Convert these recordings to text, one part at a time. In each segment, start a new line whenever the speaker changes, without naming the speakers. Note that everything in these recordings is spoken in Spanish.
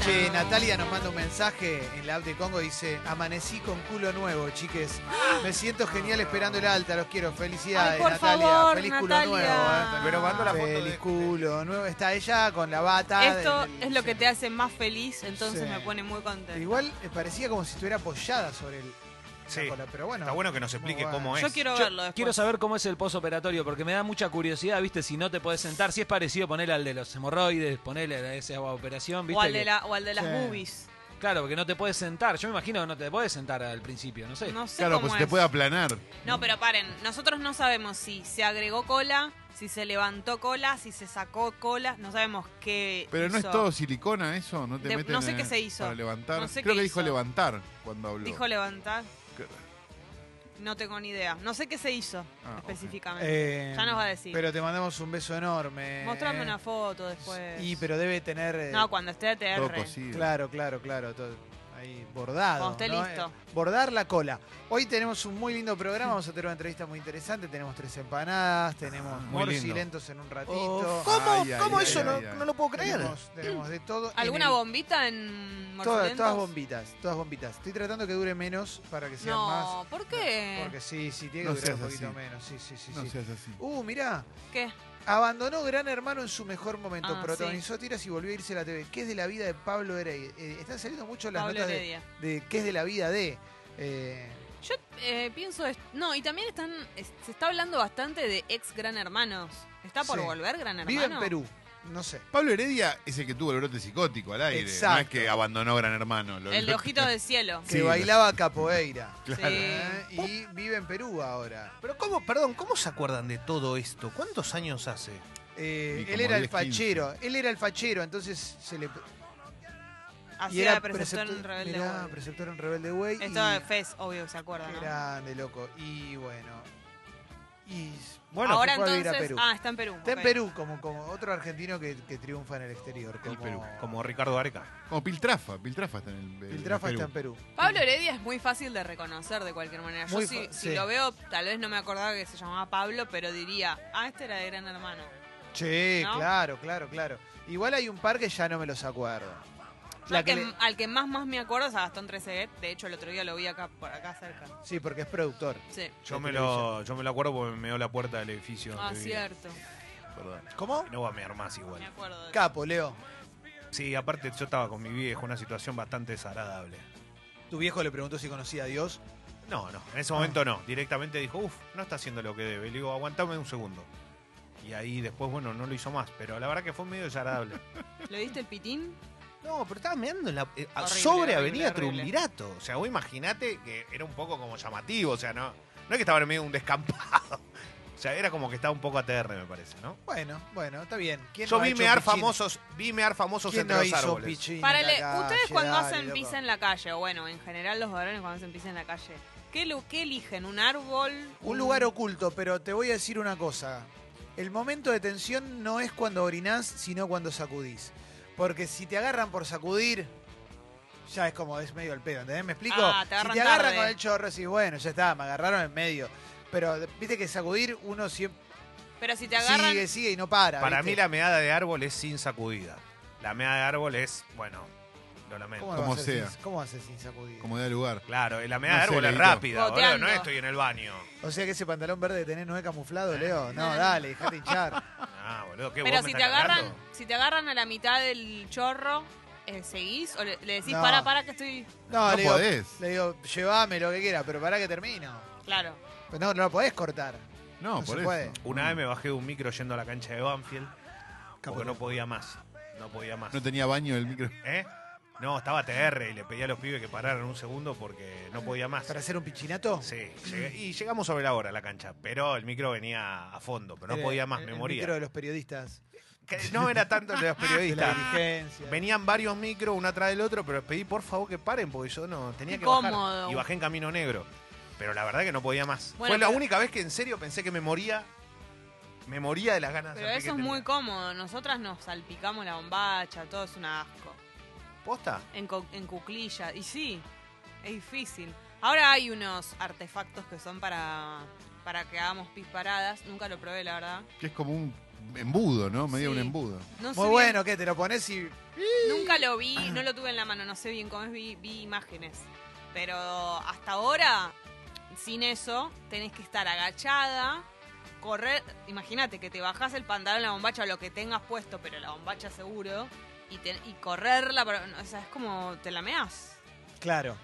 Che, Natalia nos manda un mensaje en la app de Congo. Dice: Amanecí con culo nuevo, chiques. Me siento genial esperando el alta. Los quiero. Felicidades,
Ay, por
eh, Natalia.
favor,
Feliz
Natalia.
culo nuevo. eh".
Pero mando la foto de- este.
Feliz culo nuevo. Está ella con la bata.
Esto
del-
es lo que te hace más feliz, entonces
Sí.
me pone muy contenta.
Igual eh, parecía como si estuviera apoyada sobre el.
Sí.
la cola, pero bueno.
Está bueno que nos explique
Muy bueno.
cómo es.
Yo quiero
Yo
verlo después.
quiero saber cómo es el posoperatorio, porque me da mucha curiosidad, ¿viste? Si no te podés sentar, si es parecido, ponerle al de los hemorroides, ponerle a esa operación, ¿viste?
o, al
Que-
de la- o al de las
Sí.
boobies.
Claro, porque no te puedes sentar. Yo me imagino que no te podés sentar al principio, no sé.
No sé
Claro,
cómo
pues
es.
te puede aplanar.
No, pero paren, nosotros no sabemos si se agregó cola, si se levantó cola, si se sacó cola, no sabemos qué
Pero no es
hizo.
todo silicona eso, no te
De-
meten
no sé
en-
qué se hizo.
para levantar.
No sé
Creo
qué
que dijo
hizo.
levantar cuando habló.
Dijo levantar,
Que-
no tengo ni idea. No sé qué se hizo
Ah, ok.
específicamente.
Eh,
Ya nos va a decir.
Pero te mandamos un beso enorme.
Mostrame una foto después.
Y pero debe tener. eh,
No, cuando esté ATR.
Todo cocido.
Claro, claro, claro. todo ahí bordado.
Cuando esté
¿no?
listo.
Eh, Bordar la cola. Hoy tenemos un muy lindo programa. Vamos a tener una entrevista muy interesante. Tenemos tres empanadas, tenemos
Muy
morsi
lindo.
lentos en un ratito.
Oh, ¿Cómo? Ay, ay, ¿Cómo ay, eso? ay, No- ay. no
lo puedo creer. Tenemos, tenemos de todo. en
¿Alguna
el-
bombita en
Todas,
Morfilentos?
todas bombitas, todas bombitas. Estoy tratando que dure menos para que sean
No,
más.
¿por qué?
Porque sí, sí, tiene que
No
durar un
seas
poquito
así.
menos. Sí, sí, sí.
No
sí.
seas así.
Uh, mirá.
¿Qué?
Abandonó Gran Hermano en su mejor momento,
Ah,
protagonizó tiras y volvió a irse a la TV. ¿Qué es de la vida de Pablo Heredia? Eh, están saliendo mucho las
Pablo
notas de,
Heredia.
de qué es de la vida de. eh,
Yo eh, pienso, es- no, y también están, es- se está hablando bastante de ex Gran Hermanos. ¿Está por
Sí.
volver Gran Hermano?
vive en Perú, no sé.
Pablo Heredia es el que tuvo el brote psicótico al aire. No es
Exacto.
que abandonó Gran Hermano. Lo-
El de Ojitos de Cielo.
Que
Sí,
bailaba capoeira.
Claro.
Sí.
¿eh? Y vive en Perú ahora.
Pero cómo, perdón, ¿cómo se acuerdan de todo esto? ¿Cuántos años hace?
Eh,
Y como
él era el
10, 15.
fachero, él era el fachero, entonces se le.
Así era preceptor en Rebelde
mirá,
Way.
preceptor en Rebelde Way. y-
Esto es Fez, obvio, se acuerdan,
qué
¿no?
grande, loco. Y bueno. Y bueno,
Ahora
se fue
entonces.
a vivir a Perú.
Ah, está en Perú.
Está en
ok.
Perú, como, como otro argentino que, que triunfa en el exterior. Como,
Perú,
Como Ricardo Areca.
Como Piltrafa. Piltrafa está en el. en
Piltrafa
Perú.
está en Perú.
Pablo Heredia es muy fácil de reconocer de cualquier manera. Yo
Muy
si,
fa-
si
sí.
lo veo, tal vez no me acordaba que se llamaba Pablo, pero diría, ah, este era de Gran Hermano.
Che,
¿No?
claro, claro, claro. Igual hay un par que ya no me los acuerdo.
Yo
La
al, que,
que le-
al que más más me acuerdo es a Gastón Treseguet. De hecho, el otro día lo vi acá por acá cerca.
Sí, porque es productor.
Sí.
Yo me, lo, yo me lo acuerdo porque me dio la puerta del edificio. donde
Ah,
vivía.
cierto.
Perdón.
¿Cómo?
No va a mear más
Me
igual.
acuerdo. de-
Capo, Leo.
Sí, aparte yo estaba con mi viejo, una situación bastante desagradable.
Tu viejo le preguntó si conocía a Dios.
No, no, en ese momento no. Directamente dijo, uff, no está haciendo lo que debe. Le digo, aguantame un segundo. Y ahí después, bueno, no lo hizo más. Pero la verdad que fue medio desagradable.
¿Lo viste el pitín?
No, pero estaba mirando en la, eh, a-
Horrible,
sobre
horrible,
Avenida
horrible.
Triunvirato. O sea, vos imaginate que era un poco como llamativo. O sea, no, no es que estaba en medio de un descampado. O sea, era como que estaba un poco ATR, me parece, ¿no?
Bueno, bueno, está bien. ¿Quién
Yo
no ha
vi
hecho
mear
pichín?
famosos, vi mear famosos
¿Quién
entre
no
los
hizo
árboles.
pichín en la
Parale, ustedes
calle?
cuando
Dale,
hacen
loco.
pizza en la calle, o bueno, en general los varones cuando hacen pizza en la calle, ¿qué, lu- qué eligen? ¿Un árbol?
Un lugar oculto, pero te voy a decir una cosa. El momento de tensión no es cuando orinás, sino cuando sacudís. Porque si te agarran por sacudir, ya es como, es medio el pedo, ¿entendés? ¿Me explico?
Ah, te
si
agarran
te agarran
tarde.
con el chorro, decís, bueno, ya está, me agarraron en medio. Pero viste que sacudir uno siempre
Pero si te agarran...
sigue, sigue y no para.
Para
¿viste?
mí la meada de árbol es sin sacudida. La meada de árbol es, bueno, lo lamento.
¿Cómo, lo
Como
vas a hacer
sea.
sin- ¿Cómo haces sin sacudir?
Como da lugar.
Claro, la meada
No
de
sé,
árbol es
Leito.
rápida, boludo.
Boteando.
No estoy en el baño.
O sea que ese pantalón verde que tenés no es camuflado, Leo. No, dale, dejate hinchar.
Ah, boludo, ¿qué
Pero
vos me
si te
estás
agarran,
cagando?
si te agarran a la mitad del chorro, eh, ¿seguís? ¿O le, le decís,
No.
para, para, que estoy...?
No,
No
le, digo,
podés.
le digo, llevame lo que quiera, pero pará que termino.
Claro.
Pero no, no lo podés cortar.
No,
No
por
se
eso.
puede.
Una vez me bajé de un micro yendo a la cancha de Banfield porque no podía más. No podía más.
No tenía baño el micro.
¿Eh? No, estaba TR y le pedí a los pibes que pararan un segundo porque no podía más.
¿Para hacer un pichinato?
Sí, llegué- y llegamos sobre la hora a la cancha, pero el micro venía a fondo, pero no
Era
podía más,
el-
me
el
moría.
micro de los periodistas,
Que No era tanto el de los
de la
periodistas.
dirigencia.
Venían varios micros, uno atrás del otro, pero les pedí por favor que paren porque yo no tenía
Qué
que bajar.
cómodo.
Y bajé en Camino Negro. Pero la verdad que no podía más.
Bueno,
Fue la
pero-
única vez que en serio pensé que me moría. Me moría de las ganas. de
Pero
hacer
eso es
piquete.
muy cómodo. Nosotras nos salpicamos la bombacha, todo es un asco.
¿Posta?
En, co- en cuclilla. Y sí, es difícil. Ahora hay unos artefactos que son para, para que hagamos pis paradas. Nunca lo probé, la verdad.
Que es como un embudo, ¿no? Medio
Sí.
un embudo.
No sé
Muy
bien.
bueno, ¿qué? Te lo pones y.
Nunca lo vi, no lo tuve en la mano, no sé bien cómo es, vi, vi imágenes. Pero hasta ahora, sin eso, tenés que estar agachada, correr. Imagínate que te bajás el pantalón, la bombacha o lo que tengas puesto, pero la bombacha seguro, y, te- y correrla. Pero, no, o sea, es como te lameás.
Claro.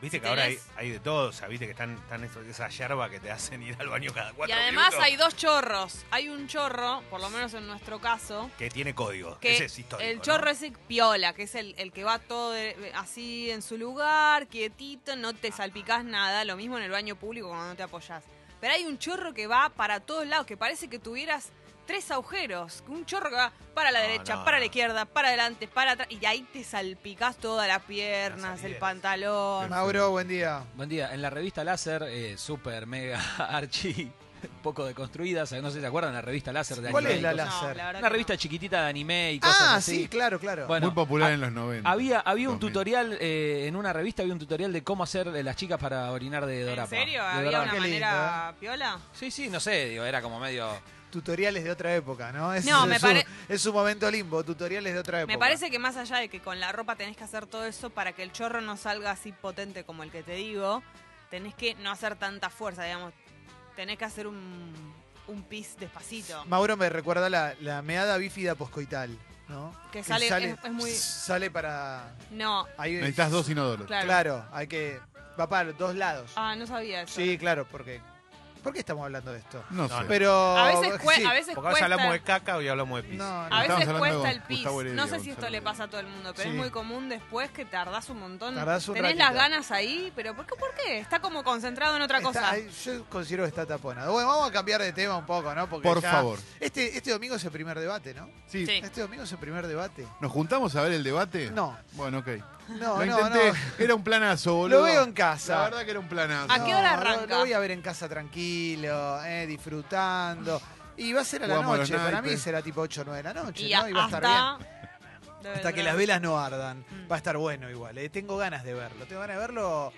Viste que
Tenés-
ahora hay, hay de todo, o sea, viste que están, están esos- esa yerba que te hacen ir al baño cada
Y
cuatro
además
minutos,
hay dos chorros. Hay un chorro, por lo menos en nuestro caso,
Que tiene código,
que
ese es histórico,
el
¿no?
chorro es el piola, que es el, el que va todo de- así en su lugar, quietito, no te salpicás nada, lo mismo en el baño público cuando no te apoyás. Pero hay un chorro que va para todos lados, que parece que tuvieras tres agujeros, un chorro que va para la
No,
derecha,
no,
para
no.
la izquierda, para adelante, para atrás, y de ahí te salpicás todas las
Las
piernas,
axilas.
el pantalón.
Mauro, buen día.
Buen día. En la revista Láser, eh, super, mega, archi, poco deconstruida. o sea, no sé si se acuerdan la revista Láser de
¿Cuál
anime
es
y
la
cosas-
Láser?
verdad
Una
que
revista
no.
chiquitita de anime y cosas
Ah,
así.
sí, claro, claro.
Bueno,
Muy popular
ha-
en los 90.
Había, había un
2000.
tutorial, eh, en una revista había un tutorial de cómo hacer eh, las chicas para orinar de dorapa.
¿En serio?
De
¿Había
dorapa.
una
Qué lindo, ¿eh?
manera piola?
Sí, sí, no sé, digo, era como medio...
Tutoriales de otra época, ¿no? Es,
No,
es
me
su-
pare-
Es un momento limbo, tutoriales de otra época.
Me parece que más allá de que con la ropa tenés que hacer todo eso para que el chorro no salga así potente como el que te digo, tenés que no hacer tanta fuerza, digamos. Tenés que hacer un, un pis despacito.
Mauro me recuerda la, la meada bífida poscoital, ¿no?
Que sale- es- es muy-
Sale para.
No,
Ahí,
Necesitas dos inodoros.
claro.
Claro, hay que. Va para los dos lados.
Ah, no sabía eso.
Sí, claro, porque. ¿Por qué estamos hablando de esto?
No,
No,
sé.
no.
Pero.
A veces, cue-
Oh, sí.
a veces
Porque a veces
cuesta,
hablamos de caca, hoy hablamos de pis.
No,
a
no.
Estamos
veces
hablando de
cuesta el
Gon-
pis.
Gustavo Heredia,
No sé si
Gonzalo
esto le
Heredia.
pasa a todo el mundo, pero
Sí.
es muy común después que tardás un montón.
Tardás un
tenés
ratito.
las ganas ahí, pero ¿por qué? ¿Por qué? Está como concentrado en otra
Está-
cosa.
ay, yo considero que está taponado. Bueno, vamos a cambiar de tema un poco, ¿no? Porque
Por
ya-
favor.
Este, este domingo es el primer debate, ¿no?
Sí.
Sí.
Este domingo es el primer debate.
¿Nos juntamos a ver el debate?
No.
Bueno, ok.
No,
Lo
no, no.
intenté. Era un planazo, boludo.
Lo veo en casa.
La verdad que era un planazo.
¿A qué
No,
hora
lo-
arranca?
Lo, voy a ver en casa tranquilo, eh, disfrutando. Y va a ser a la
Jugamos a los
noche. Para mí
naipes.
será tipo 8 o 9 de la noche,
y
¿no? Y va a estar bien.
hasta... debe
Hasta que
durar.
las velas no ardan.
Mm.
Va a estar bueno igual. eh. Tengo ganas de verlo. Tengo ganas de verlo.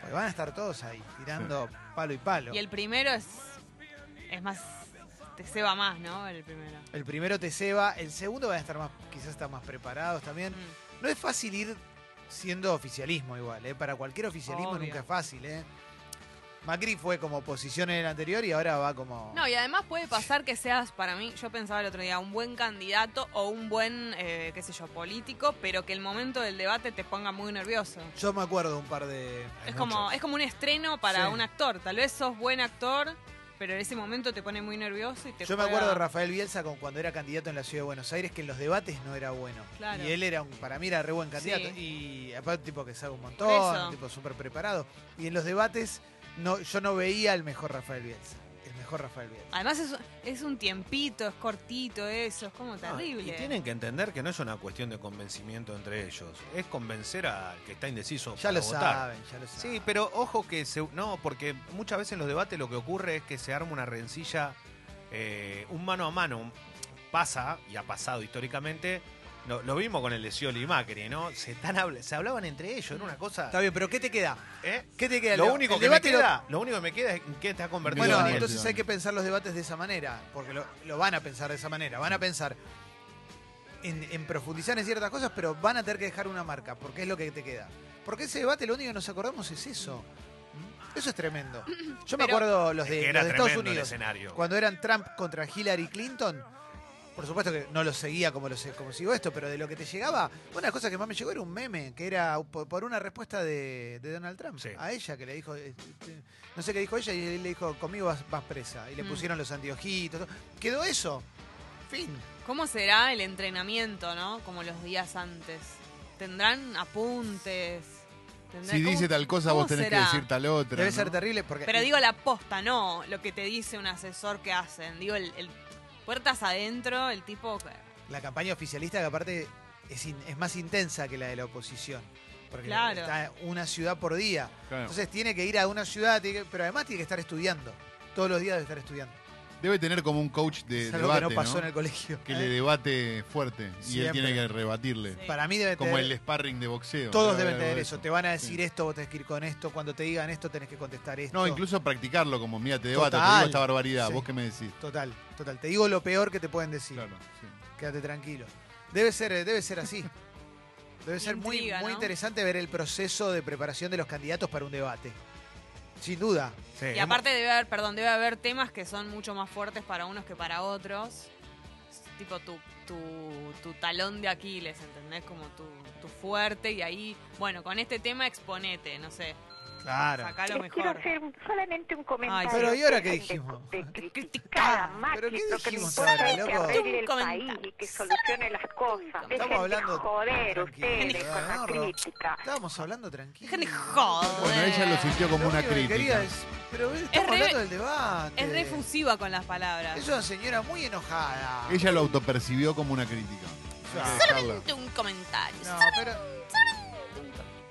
Porque van a estar todos ahí, tirando palo y palo.
Y el primero es. Es más. Te ceba más, ¿no? El primero.
El primero te ceba, el segundo van a estar más, quizás están más preparados también.
Mm.
No es fácil ir siendo oficialismo igual, ¿eh? Para cualquier oficialismo
Obvio.
nunca es fácil, ¿eh? Macri fue como posición en el anterior y ahora va como...
No, y además puede pasar que seas, para mí, yo pensaba el otro día, un buen candidato o un buen, eh, qué sé yo, político, pero que el momento del debate te ponga muy nervioso.
Yo me acuerdo un par de...
Es como, es como un estreno para
Sí.
un actor. Tal vez sos buen actor, pero en ese momento te pone muy nervioso y te este
Yo me
juega-
acuerdo de Rafael Bielsa con- cuando era candidato en la ciudad de Buenos Aires que en los debates no era bueno.
Claro.
Y él era un, para mí era re buen candidato. Y aparte un tipo que sabe un montón,
eso.
un tipo súper preparado. Y en los debates no, yo no veía el mejor Rafael Bielsa. El mejor Rafael Bielsa.
Además es, es un tiempito, es cortito eso, es como
No,
terrible.
Ah, Y tienen que entender que no es una cuestión de convencimiento entre ellos, es convencer al que está indeciso
Ya
para
lo
votar.
saben, ya lo saben.
Sí, pero ojo que se, no, porque muchas veces en los debates lo que ocurre es que se arma una rencilla, eh, un mano a mano, un- pasa y ha pasado históricamente. Lo, lo vimos con el de Scioli y Macri, ¿no? Se, están habla- se hablaban entre ellos, era una cosa.
Está bien, pero ¿qué te queda?
¿eh?
¿Qué te queda?
Lo
Leo?
único
El
que me
debate lo-
queda, lo único que me queda es en qué te ha convertido.
Bueno,
Daniel.
entonces hay que pensar los debates de esa manera, porque lo, lo van a pensar de esa manera. Van a pensar en, en profundizar en ciertas cosas, pero van a tener que dejar una marca, porque es lo que te queda. Porque ese debate lo único que nos acordamos es eso. ¿Mm? Eso es tremendo. Yo me
Pero-
acuerdo los de,
que
los
era
de
tremendo
Estados
el
Unidos,
escenario.
cuando eran Trump contra Hillary Clinton. Por supuesto que no lo seguía como lo sé- como sigo esto, pero de lo que te llegaba, una cosa que más me llegó era un meme, que era por por una respuesta de, de Donald Trump
Sí.
a ella, que le dijo, eh, eh, no sé qué dijo ella, y él le dijo, conmigo vas, vas presa. Y le
Mm.
pusieron los anteojitos. todo. Quedó eso. Fin.
¿Cómo será el entrenamiento, no? Como los días antes. ¿Tendrán apuntes? ¿Tendrán-
Si
cómo-
dice tal cosa,
cómo
vos tenés
será?
que decir tal otra.
Debe
¿no?
ser terrible porque...
Pero digo la posta, no lo que te dice un asesor que hacen. Digo, el, el- puertas adentro, el tipo...
Eh,
La campaña oficialista que aparte es, in- es más intensa que la de la oposición. Porque
Claro.
está una ciudad por día.
Claro.
Entonces tiene que ir a una ciudad, tiene que- pero además tiene que estar estudiando. Todos los días debe estar estudiando.
Debe tener como un coach de
es algo
debate,
que no pasó en
¿no?
el colegio.
Que le debate fuerte y él
Siempre.
tiene que rebatirle.
Sí.
Eh, Para mí debe
Como
tener-
el sparring de boxeo.
Todos
Debe
deben
haber algo
tener
de
eso. Te van a decir
Sí.
esto, vos tenés que ir con esto. Cuando te digan esto, tenés que contestar esto.
No, incluso practicarlo, como, mira, te debato, te
Total.
digo esta barbaridad,
Sí.
vos qué me decís.
Total, total. Te digo lo peor que te pueden decir.
Claro, sí.
Quédate tranquilo. Debe ser, eh, debe ser así. Debe ser muy,
Intriga,
muy
¿no?
interesante ver el proceso de preparación de los candidatos para un debate. Sin duda.
Sí,
Y aparte debe haber, perdón, debe haber temas que son mucho más fuertes para unos que para otros. Tipo tu, tu, tu talón de Aquiles, ¿entendés? Como tu, tu fuerte y ahí, bueno, con este tema exponete, no sé,
Claro.
sacá lo
Les quiero
mejor.
hacer un- solamente un comentario.
pero
¿y ahora qué
Dejen de-
dijimos?
De, criticar a Macri,
¿Pero qué
lo que me
dijimos
importa
ahora,
es que
loco?
arregle el
Un
país y que solucione las cosas. Dejen
hablando
de joder
tranquilo,
ustedes
¿verdad,
con la
Narro?
crítica.
Estábamos hablando tranquilo.
Dejen de joder.
Bueno, ella lo sintió como
Lo
una
único que
crítica.
quería es- pero estamos
re-
hablando del debate.
Es refusiva con las palabras.
Eh, Es una señora muy enojada.
Ella lo autopercibió como una crítica.
No.
Hay que dejarla.
Solamente un comentario.
No, pero.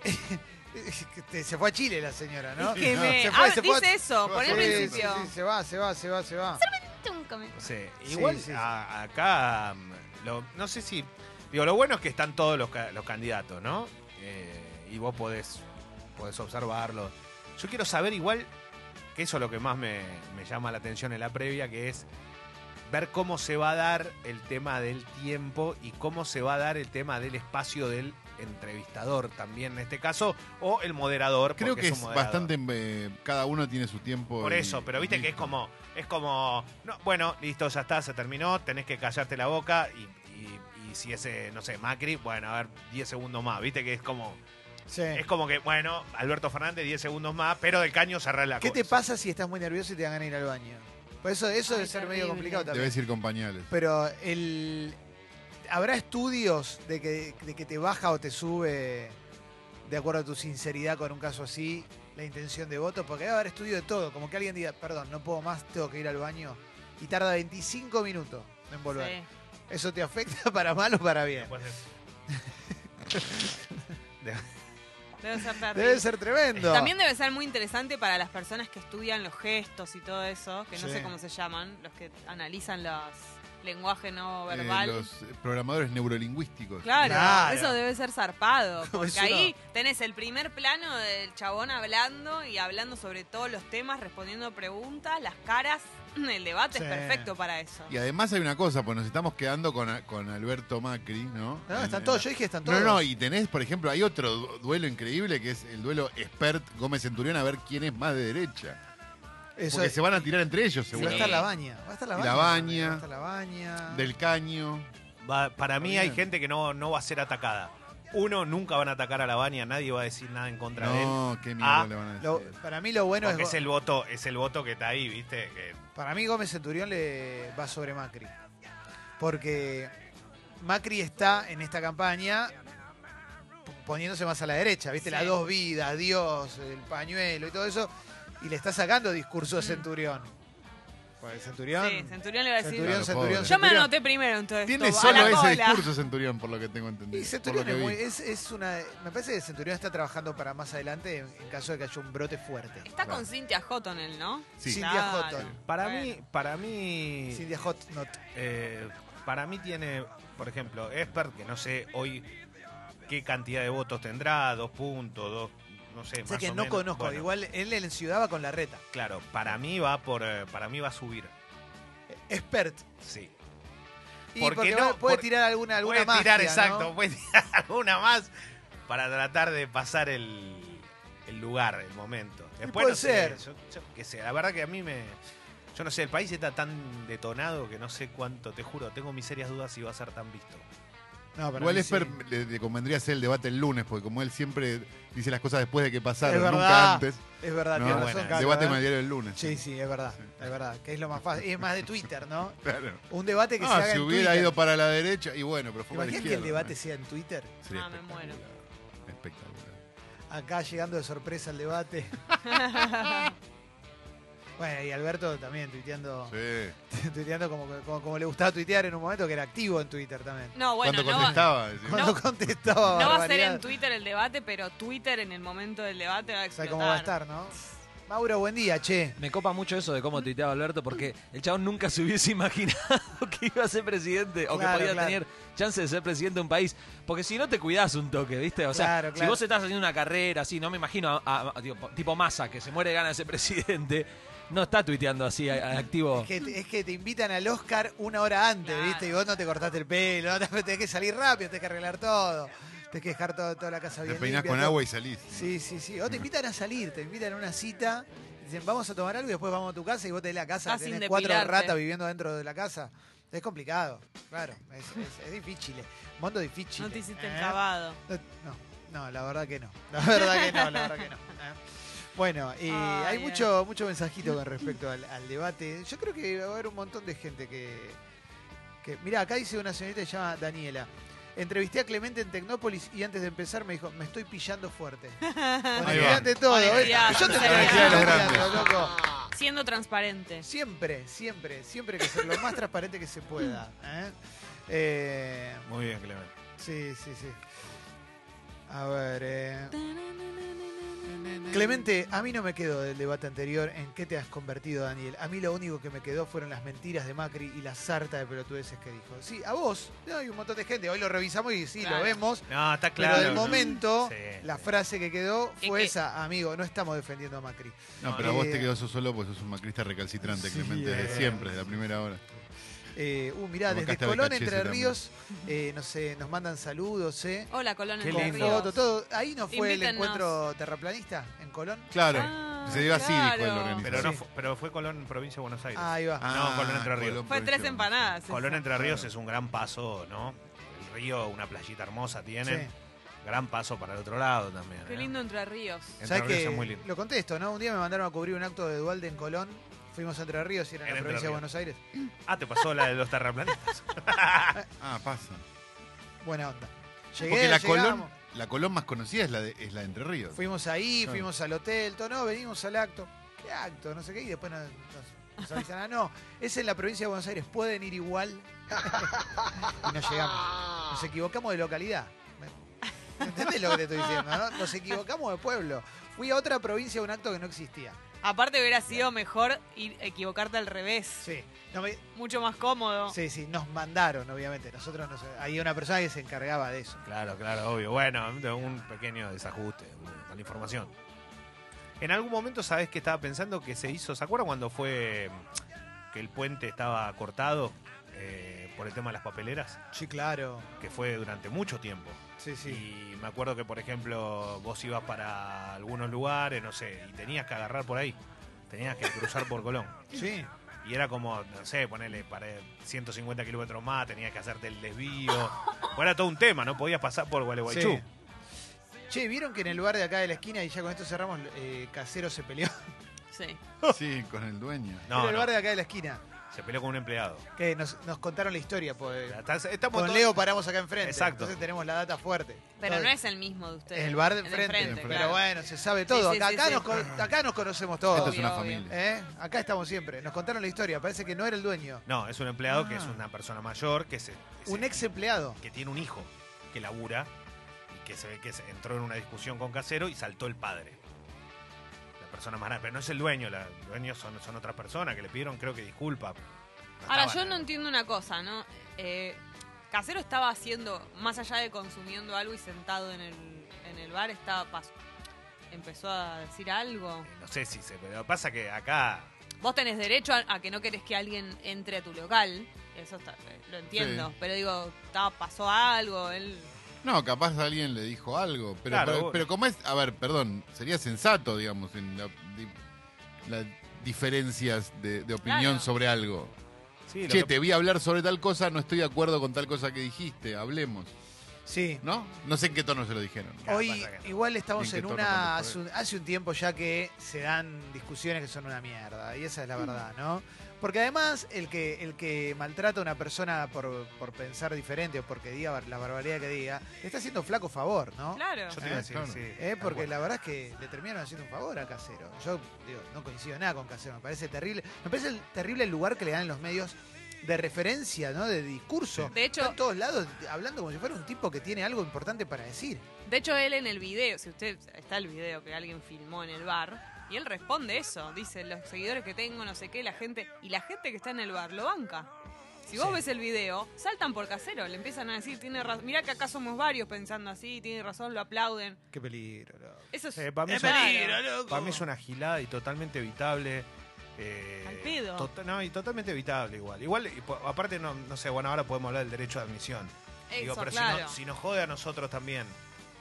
Este, se fue a Chile la señora, ¿no?
Es que
No,
me-
se fue,
ah,
se fue.
dice eso,
Se
por
fue,
el
sí,
principio.
Sí, sí, se va, se va, se va, se va.
Solamente un comentario.
Sí,
Sí,
igual
sí, sí.
a- acá, mm, lo- no sé si. Digo, lo bueno es que están todos los, ca- los candidatos, ¿no? Eh, y vos podés, podés observarlos. Yo quiero saber igual, que eso es lo que más me, me llama la atención en la previa, que es ver cómo se va a dar el tema del tiempo y cómo se va a dar el tema del espacio del entrevistador también en este caso, o el moderador.
Creo
porque
que
un
es
moderador.
bastante. eh, cada uno tiene su tiempo.
Por
y-
eso, pero viste
y
que es
listo.
como, es como, no, bueno, listo, ya está, se terminó, tenés que callarte la boca y, y- y si ese, no sé, Macri, bueno, a ver, 10 segundos más, viste que es como,
Sí.
es como que, bueno, Alberto Fernández, 10 segundos más, pero del caño cerrar la
¿Qué te
cosa.
pasa si estás muy nervioso y te dan ganas de ir al baño? Por eso, eso
Ay,
debe ser
terrible.
medio complicado también.
Debes ir con pañales.
Pero el. ¿Habrá estudios de que, de que te baja o te sube de acuerdo a tu sinceridad con un caso así, la intención de voto? Porque debe haber estudio de todo. Como que alguien diga, perdón, no puedo más, tengo que ir al baño. Y tarda 25 minutos en volver.
Sí.
¿Eso te afecta para mal o para bien?
Después es-
Debe ser terrible.
Debe ser tremendo.
También debe ser muy interesante para las personas que estudian los gestos y todo eso, que no
Sí.
sé cómo se llaman, los que analizan los lenguaje no
Eh,
verbal.
los eh, programadores neurolingüísticos.
Claro,
Claro.
eso debe ser zarpado, porque
es
ahí tenés el primer plano del chabón hablando y hablando sobre todos los temas, respondiendo preguntas, las caras, el debate
Sí.
es perfecto para eso.
Y además hay una cosa, pues nos estamos quedando con, con Alberto Macri, ¿no?
No,
En-
están
en
todos,
la-
yo dije que están
No,
todos.
no, y tenés, por ejemplo, hay otro du- duelo increíble que es el duelo expert Gómez Centurión a ver quién es más de derecha.
Eso
Porque
es-
se van a tirar entre ellos,
va a
seguramente.
estar la baña. Va a estar la
Y
baña.
la baña.
Va a estar la baña.
Del caño.
Va- para mí
Está
hay
bien.
gente que no, no va a ser atacada. Uno, nunca van a atacar a la baña, nadie va a decir nada en contra de él.
No, qué mierda
Ah.
le van a decir.
Lo- para mí lo bueno
Porque
es.
es el voto, es el voto que está ahí, viste, que
Para mí Gómez Centurión le va sobre Macri. Porque Macri está en esta campaña p- poniéndose más a la derecha, ¿viste?
Sí.
Las dos vidas, Dios, el pañuelo y todo eso. Y le está sacando discurso a
Mm.
Centurión. Pues Centurión.
Sí, Centurión le va a decir.
Centurión,
Claro,
Centurión,
pobre.
Yo me
Centurión.
anoté primero entonces.
Tiene
a
solo
la
ese
cola.
discurso Centurión, por lo que tengo entendido.
Y
por
Centurión
lo que
es, muy-
vi.
es- es una. Me parece que Centurión está trabajando para más adelante en, en caso de que haya un brote fuerte.
Está con Cintia Houghton él, ¿no?
Sí.
Cintia
Claro.
Houghton.
para
Bueno.
mí, para mí
Cintia Hot Not.
Eh, para mí tiene, por ejemplo, Esper, que no sé hoy qué cantidad de votos tendrá, dos puntos, dos, no sé.
Sé
más
que
o
no
menos.
conozco.
Bueno,
Igual él en Ciudad va con la reta.
Claro, para mí va por, eh, para mí va a subir,
Expert.
sí.
Y
¿Por qué
porque,
no?
va- puede
Por-
tirar alguna, alguna
puede tirar,
magia,
exacto,
¿no?
puede tirar alguna más para tratar de pasar el, el lugar, el momento. Después
puede
no sé,
ser.
yo- yo qué sé, la verdad que a mí me, yo no sé, el país está tan detonado que no sé cuánto, te juro, tengo mis serias dudas si va a ser tan visto.
No, para
Igual
mí
Esper
sí.
le, le convendría hacer el debate el lunes, porque como él siempre dice las cosas después de que pasaron,
Es
nunca
verdad.
antes.
Es verdad,
No,
tiene
bueno,
razón,
el
Caro,
debate
¿eh?
con el diario el lunes.
Sí, sí, es verdad. Es verdad, que es lo más fácil. Es más de Twitter, ¿no?
Claro.
Un debate que se
Ah,
haga
si
en
hubiera
Twitter.
ido para la derecha, y bueno, pero
¿Te
fue para
imaginas
la
que el
izquierda,
debate
¿no?
sea en Twitter?
Sería
Ah, me muero.
espectacular. Espectacular.
Acá llegando de sorpresa el debate. bueno, y Alberto también tuiteando,
Sí.
tuiteando como, como, como le gustaba tuitear en un momento que era activo en Twitter también.
No, bueno,
Cuando
no va,
contestaba, decía,
Cuando contestaba
no va a ser
barbaridad,
en Twitter el debate, pero Twitter en el momento del debate va a
¿Sabe
explotar.
cómo va a estar, no? Mauro, buen día, che.
Me copa mucho eso de cómo tuiteaba Alberto, porque el chabón nunca se hubiese imaginado que iba a ser presidente o que
Claro,
podía
claro.
tener chance de ser presidente de un país. Porque si no te cuidás un toque, ¿viste? O sea,
Claro,
si
claro.
vos estás haciendo una carrera así, no me imagino a, a- a- tipo, tipo Massa, que se muere de ganas de ser presidente, no está tuiteando así a- a- activo.
Es que, te- es que te invitan al Oscar una hora antes,
Claro.
¿viste? Y vos no te cortaste el pelo, no, tenés que salir rápido, tenés que arreglar todo, tenés que dejar todo- toda la casa
Te
bien.
peinás
limpia,
con
todo.
agua y salís.
Sí, sí, sí. O te invitan a salir, te invitan a una cita, dicen vamos a tomar algo y después vamos a tu casa y vos tenés la casa,
Estás
tenés
sin
cuatro
depilarte.
ratas viviendo dentro de la casa. Es complicado, claro, es, es- es difícil, mundo difícil.
No te hiciste el
¿eh?
cavado.
No, no, no, la verdad que no. La verdad que no, la verdad que no. ¿eh? Bueno,
Ay,
y
eh.
hay
ay.
mucho, mucho mensajito con respecto al, al debate. Yo creo que va a haber un montón de gente que. que Mirá, acá dice una señorita que se llama Daniela. Entrevisté a Clemente en Tecnópolis y antes de empezar me dijo, me estoy pillando fuerte. Bueno,
Ahí va.
mirá de todo,
Ay,
¿eh?
mirá,
Yo te
mirá.
estoy
Energía de los
pillando,
grandes.
loco.
Siendo transparente.
Siempre, siempre, siempre hay que ser lo más transparente que se pueda. ¿eh? Eh,
Muy bien, Clemente.
Sí, sí, sí. A ver. eh. Clemente, a mí no me quedó del debate anterior en qué te has convertido, Daniel. A mí lo único que me quedó fueron las mentiras de Macri y la sarta de pelotudeces que dijo. Sí, a vos. No, hay un montón de gente. Hoy lo revisamos y sí,
Claro.
lo vemos.
No, está
Pero
claro.
de
no.
momento,
Sí.
la frase que quedó
Es
fue
que-
esa, amigo, no estamos defendiendo a Macri.
No, pero a vos
Eh,
te quedó eso solo porque sos un macrista recalcitrante,
sí,
Clemente,
eh.
desde siempre, desde la primera hora.
Eh, uh, mirá,
Como
desde
Casta
Colón,
Becachese
Entre
también.
Ríos, eh, no sé, nos mandan saludos, ¿eh?
Hola, Colón
Qué
Entre
Con
lindo.
Ríos.
foto, todo. Ahí no fue el
Invítennos.
encuentro terraplanista en Colón.
Claro,
Ah,
se dio así, dijo el
claro.
organizador.
Pero, no
Sí.
fu- pero fue Colón, provincia de Buenos Aires.
Ahí va.
Ah,
No, Colón Entre Ríos.
Fue
Colón, provincia
tres
de
empanadas. esa.
Colón Entre Ríos
Claro.
es un gran paso, ¿no? El río, una playita hermosa tiene.
Sí.
Gran paso para el otro lado también.
Qué
¿eh?
lindo Entre Ríos.
Entre
¿Sabés
Ríos
que
es muy lindo.
Lo contesto, ¿no? Un día me mandaron a cubrir un acto de Dualde en Colón. Fuimos a Entre Ríos y era en
En
la
Entre
provincia de
Ríos.
Buenos Aires.
Ah, te pasó la de los terraplanistas.
Buenos Aires. Ah, pasa.
Buena onda. Llegué,
Porque la Colón,
llegamos,
la Colón más conocida es la de, es la de Entre Ríos.
Fuimos ahí,
Claro.
fuimos al hotel, todo, no, venimos al acto. ¿Qué acto? No sé qué. Y después nos, nos- nos avisan, ah, no, es en la provincia de Buenos Aires, pueden ir igual. y no llegamos. Nos equivocamos de localidad. ¿Me- ¿Entendés lo que te estoy diciendo? no? Nos equivocamos de pueblo. Fui a otra provincia a un acto que no existía.
Aparte hubiera sido mejor ir- equivocarte al revés.
Sí. No me,
Mucho más cómodo.
Sí, sí, nos mandaron, obviamente. Nosotros nos, hay una persona que se encargaba de eso.
claro, claro, obvio. Bueno, de un pequeño desajuste un- con la información. En algún momento, ¿sabés que estaba pensando que se hizo? ¿Se acuerdan cuando fue mm, que el puente estaba cortado eh, por el tema de las papeleras?
Sí, claro.
Que fue durante mucho tiempo.
Sí, sí.
Y me acuerdo que, por ejemplo, vos ibas para algunos lugares, no sé, y tenías que agarrar por ahí. Tenías que cruzar por Colón.
Sí.
Y era como, no sé, ponerle para 150 kilómetros más, tenías que hacerte el desvío. Bueno, era todo un tema, no podías pasar por Gualeguaychú.
Sí. Che, ¿vieron que en el bar de acá de la esquina, y ya con esto cerramos, eh, Casero se peleó?
Sí.
Sí, con el dueño.
Era
No,
el
no,
bar de acá de la esquina.
se peleó con un empleado.
Que nos, nos contaron la historia. Pues,
Está- Estamos
con
todos-
Leo paramos acá enfrente.
Exacto.
Entonces tenemos la data fuerte.
Pero no
Entonces,
es el mismo de ustedes.
el bar de enfrente.
enfrente,
Pero
claro.
bueno, se sabe todo.
Sí, sí,
acá,
sí,
acá
sí.
Nos, con- acá nos conocemos
Esto
todos.
es una
Obvio, obvio.
familia.
¿Eh? Acá estamos siempre. Nos contaron la historia. Parece que no era el dueño.
No, es un empleado que es
Ah.
una persona mayor, que, se, que
Un
se-
ex empleado.
que tiene un hijo que labura y que se ve que se entró en una discusión con Casero y saltó el padre. La persona más grande, pero no es el dueño, la, los dueños son, son otras personas que le pidieron creo que disculpa. No
Ahora,
estaban
yo
en-
no entiendo una cosa, ¿no? Eh, Casero estaba haciendo, más allá de consumiendo algo y sentado en el, en el bar, estaba pas- empezó a decir algo.
eh, No sé si se, pero pasa que acá
Vos tenés derecho a, a que no querés que alguien entre a tu local. Eso está- eh, lo entiendo.
Sí.
Pero digo, estaba, pasó algo. Él,
No, capaz alguien le dijo algo. Pero,
Claro,
pero,
vos-
pero como es, a ver, perdón, sería sensato, digamos, en la- di- las diferencias de, de opinión
Claro.
sobre algo.
sí, lo
Che,
que-
te vi hablar sobre tal cosa, no estoy de acuerdo con tal cosa que dijiste, hablemos.
Sí.
¿No? No sé en qué tono se lo dijeron.
Claro,
Hoy
pasa que no.
igual estamos
Bien
en
que todo
una
no
hace un, hace un tiempo ya que se dan discusiones que son una mierda y esa es la verdad, ¿no? Porque además el que el que maltrata a una persona por, por pensar diferente o porque diga bar- la barbaridad que diga, le está haciendo flaco favor, ¿no?
claro.
yo te iba a
Eh,
decir,
claro.
sí,
Eh,
tal
Porque
cual.
la verdad es que le terminaron haciendo un favor a Casero. Yo digo, no coincido nada con Casero, me parece terrible. Me parece el- terrible el lugar que le dan en los medios de referencia, ¿no? De discurso.
De hecho-
Está en todos lados hablando como si fuera un tipo que tiene algo importante para decir.
De hecho, él en el video, si usted está el video que alguien filmó en el bar, Y él responde eso, dice, los seguidores que tengo, no sé qué, la gente, y la gente que está en el bar, lo banca. Si vos ves el video, saltan por casero, le empiezan a decir, tiene razón, mirá que acá somos varios pensando así, tiene razón, lo aplauden.
Qué peligro, loco.
Eso es...
Eh, para, mí
¡Qué
es una-
peligro, loco!
para mí es una gilada y totalmente evitable. eh,
Al pedo.
tota- no, y totalmente evitable igual. Igual, y po- aparte, no, no sé, bueno, ahora podemos hablar del derecho de admisión.
Eso,
Digo, pero si no-
claro.
si, nos jode a nosotros también,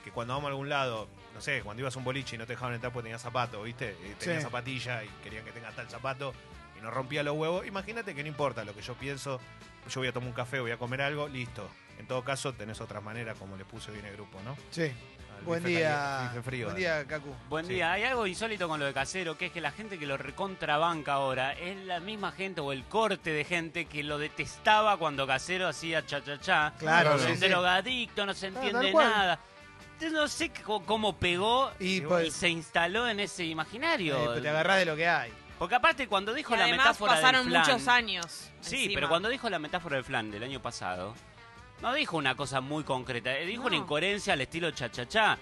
que cuando vamos a algún lado, no sé, cuando ibas a un boliche y no te dejaban entrar porque tenías zapato, ¿viste? Eh, tenías
Sí.
zapatilla y querían que tengas tal zapato y nos rompía los huevos. Imagínate que no importa lo que yo pienso, yo voy a tomar un café, voy a comer algo, listo. En todo caso, tenés otras maneras, como le puse bien el grupo, ¿no?
Sí.
Al
Buen
bife
día.
caliente, bife frío,
Buen
dale.
día, Cacu.
Buen
Sí.
día. Hay algo insólito con lo de Casero, que es que la gente que lo recontrabanca ahora es la misma gente o el corte de gente que lo detestaba cuando Casero hacía cha cha cha.
Claro,
no es
sí,
un
sí.
drogadicto, no se
tal
entiende
cual.
nada. Yo no sé c- cómo pegó
Y
y,
pues-
se instaló en ese
Eh,
imaginario.
pero te agarrás de lo que hay.
Porque aparte cuando dijo
Y
la
además
metáfora
pasaron
del flan,
muchos años.
Sí,
encima.
pero cuando dijo la metáfora del flan del año pasado, no dijo una cosa muy concreta, eh, dijo
No.
una incoherencia al estilo cha-cha-cha.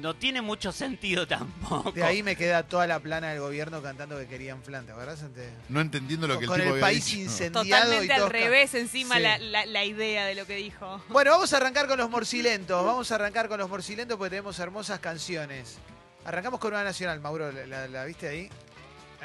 No tiene mucho sentido tampoco.
De ahí me queda toda la plana del gobierno cantando que querían flan, ¿te acordás? Ante-
No entendiendo lo que el
Con
tipo
el
había
país
dicho.
incendiado y
Totalmente al
tosca.
revés encima
Sí.
la, la- la idea de lo que dijo.
Bueno, vamos a arrancar con los morcilentos. Vamos a arrancar con los morcilentos porque tenemos hermosas canciones. Arrancamos con una nacional, Mauro. ¿La, la- la viste ahí?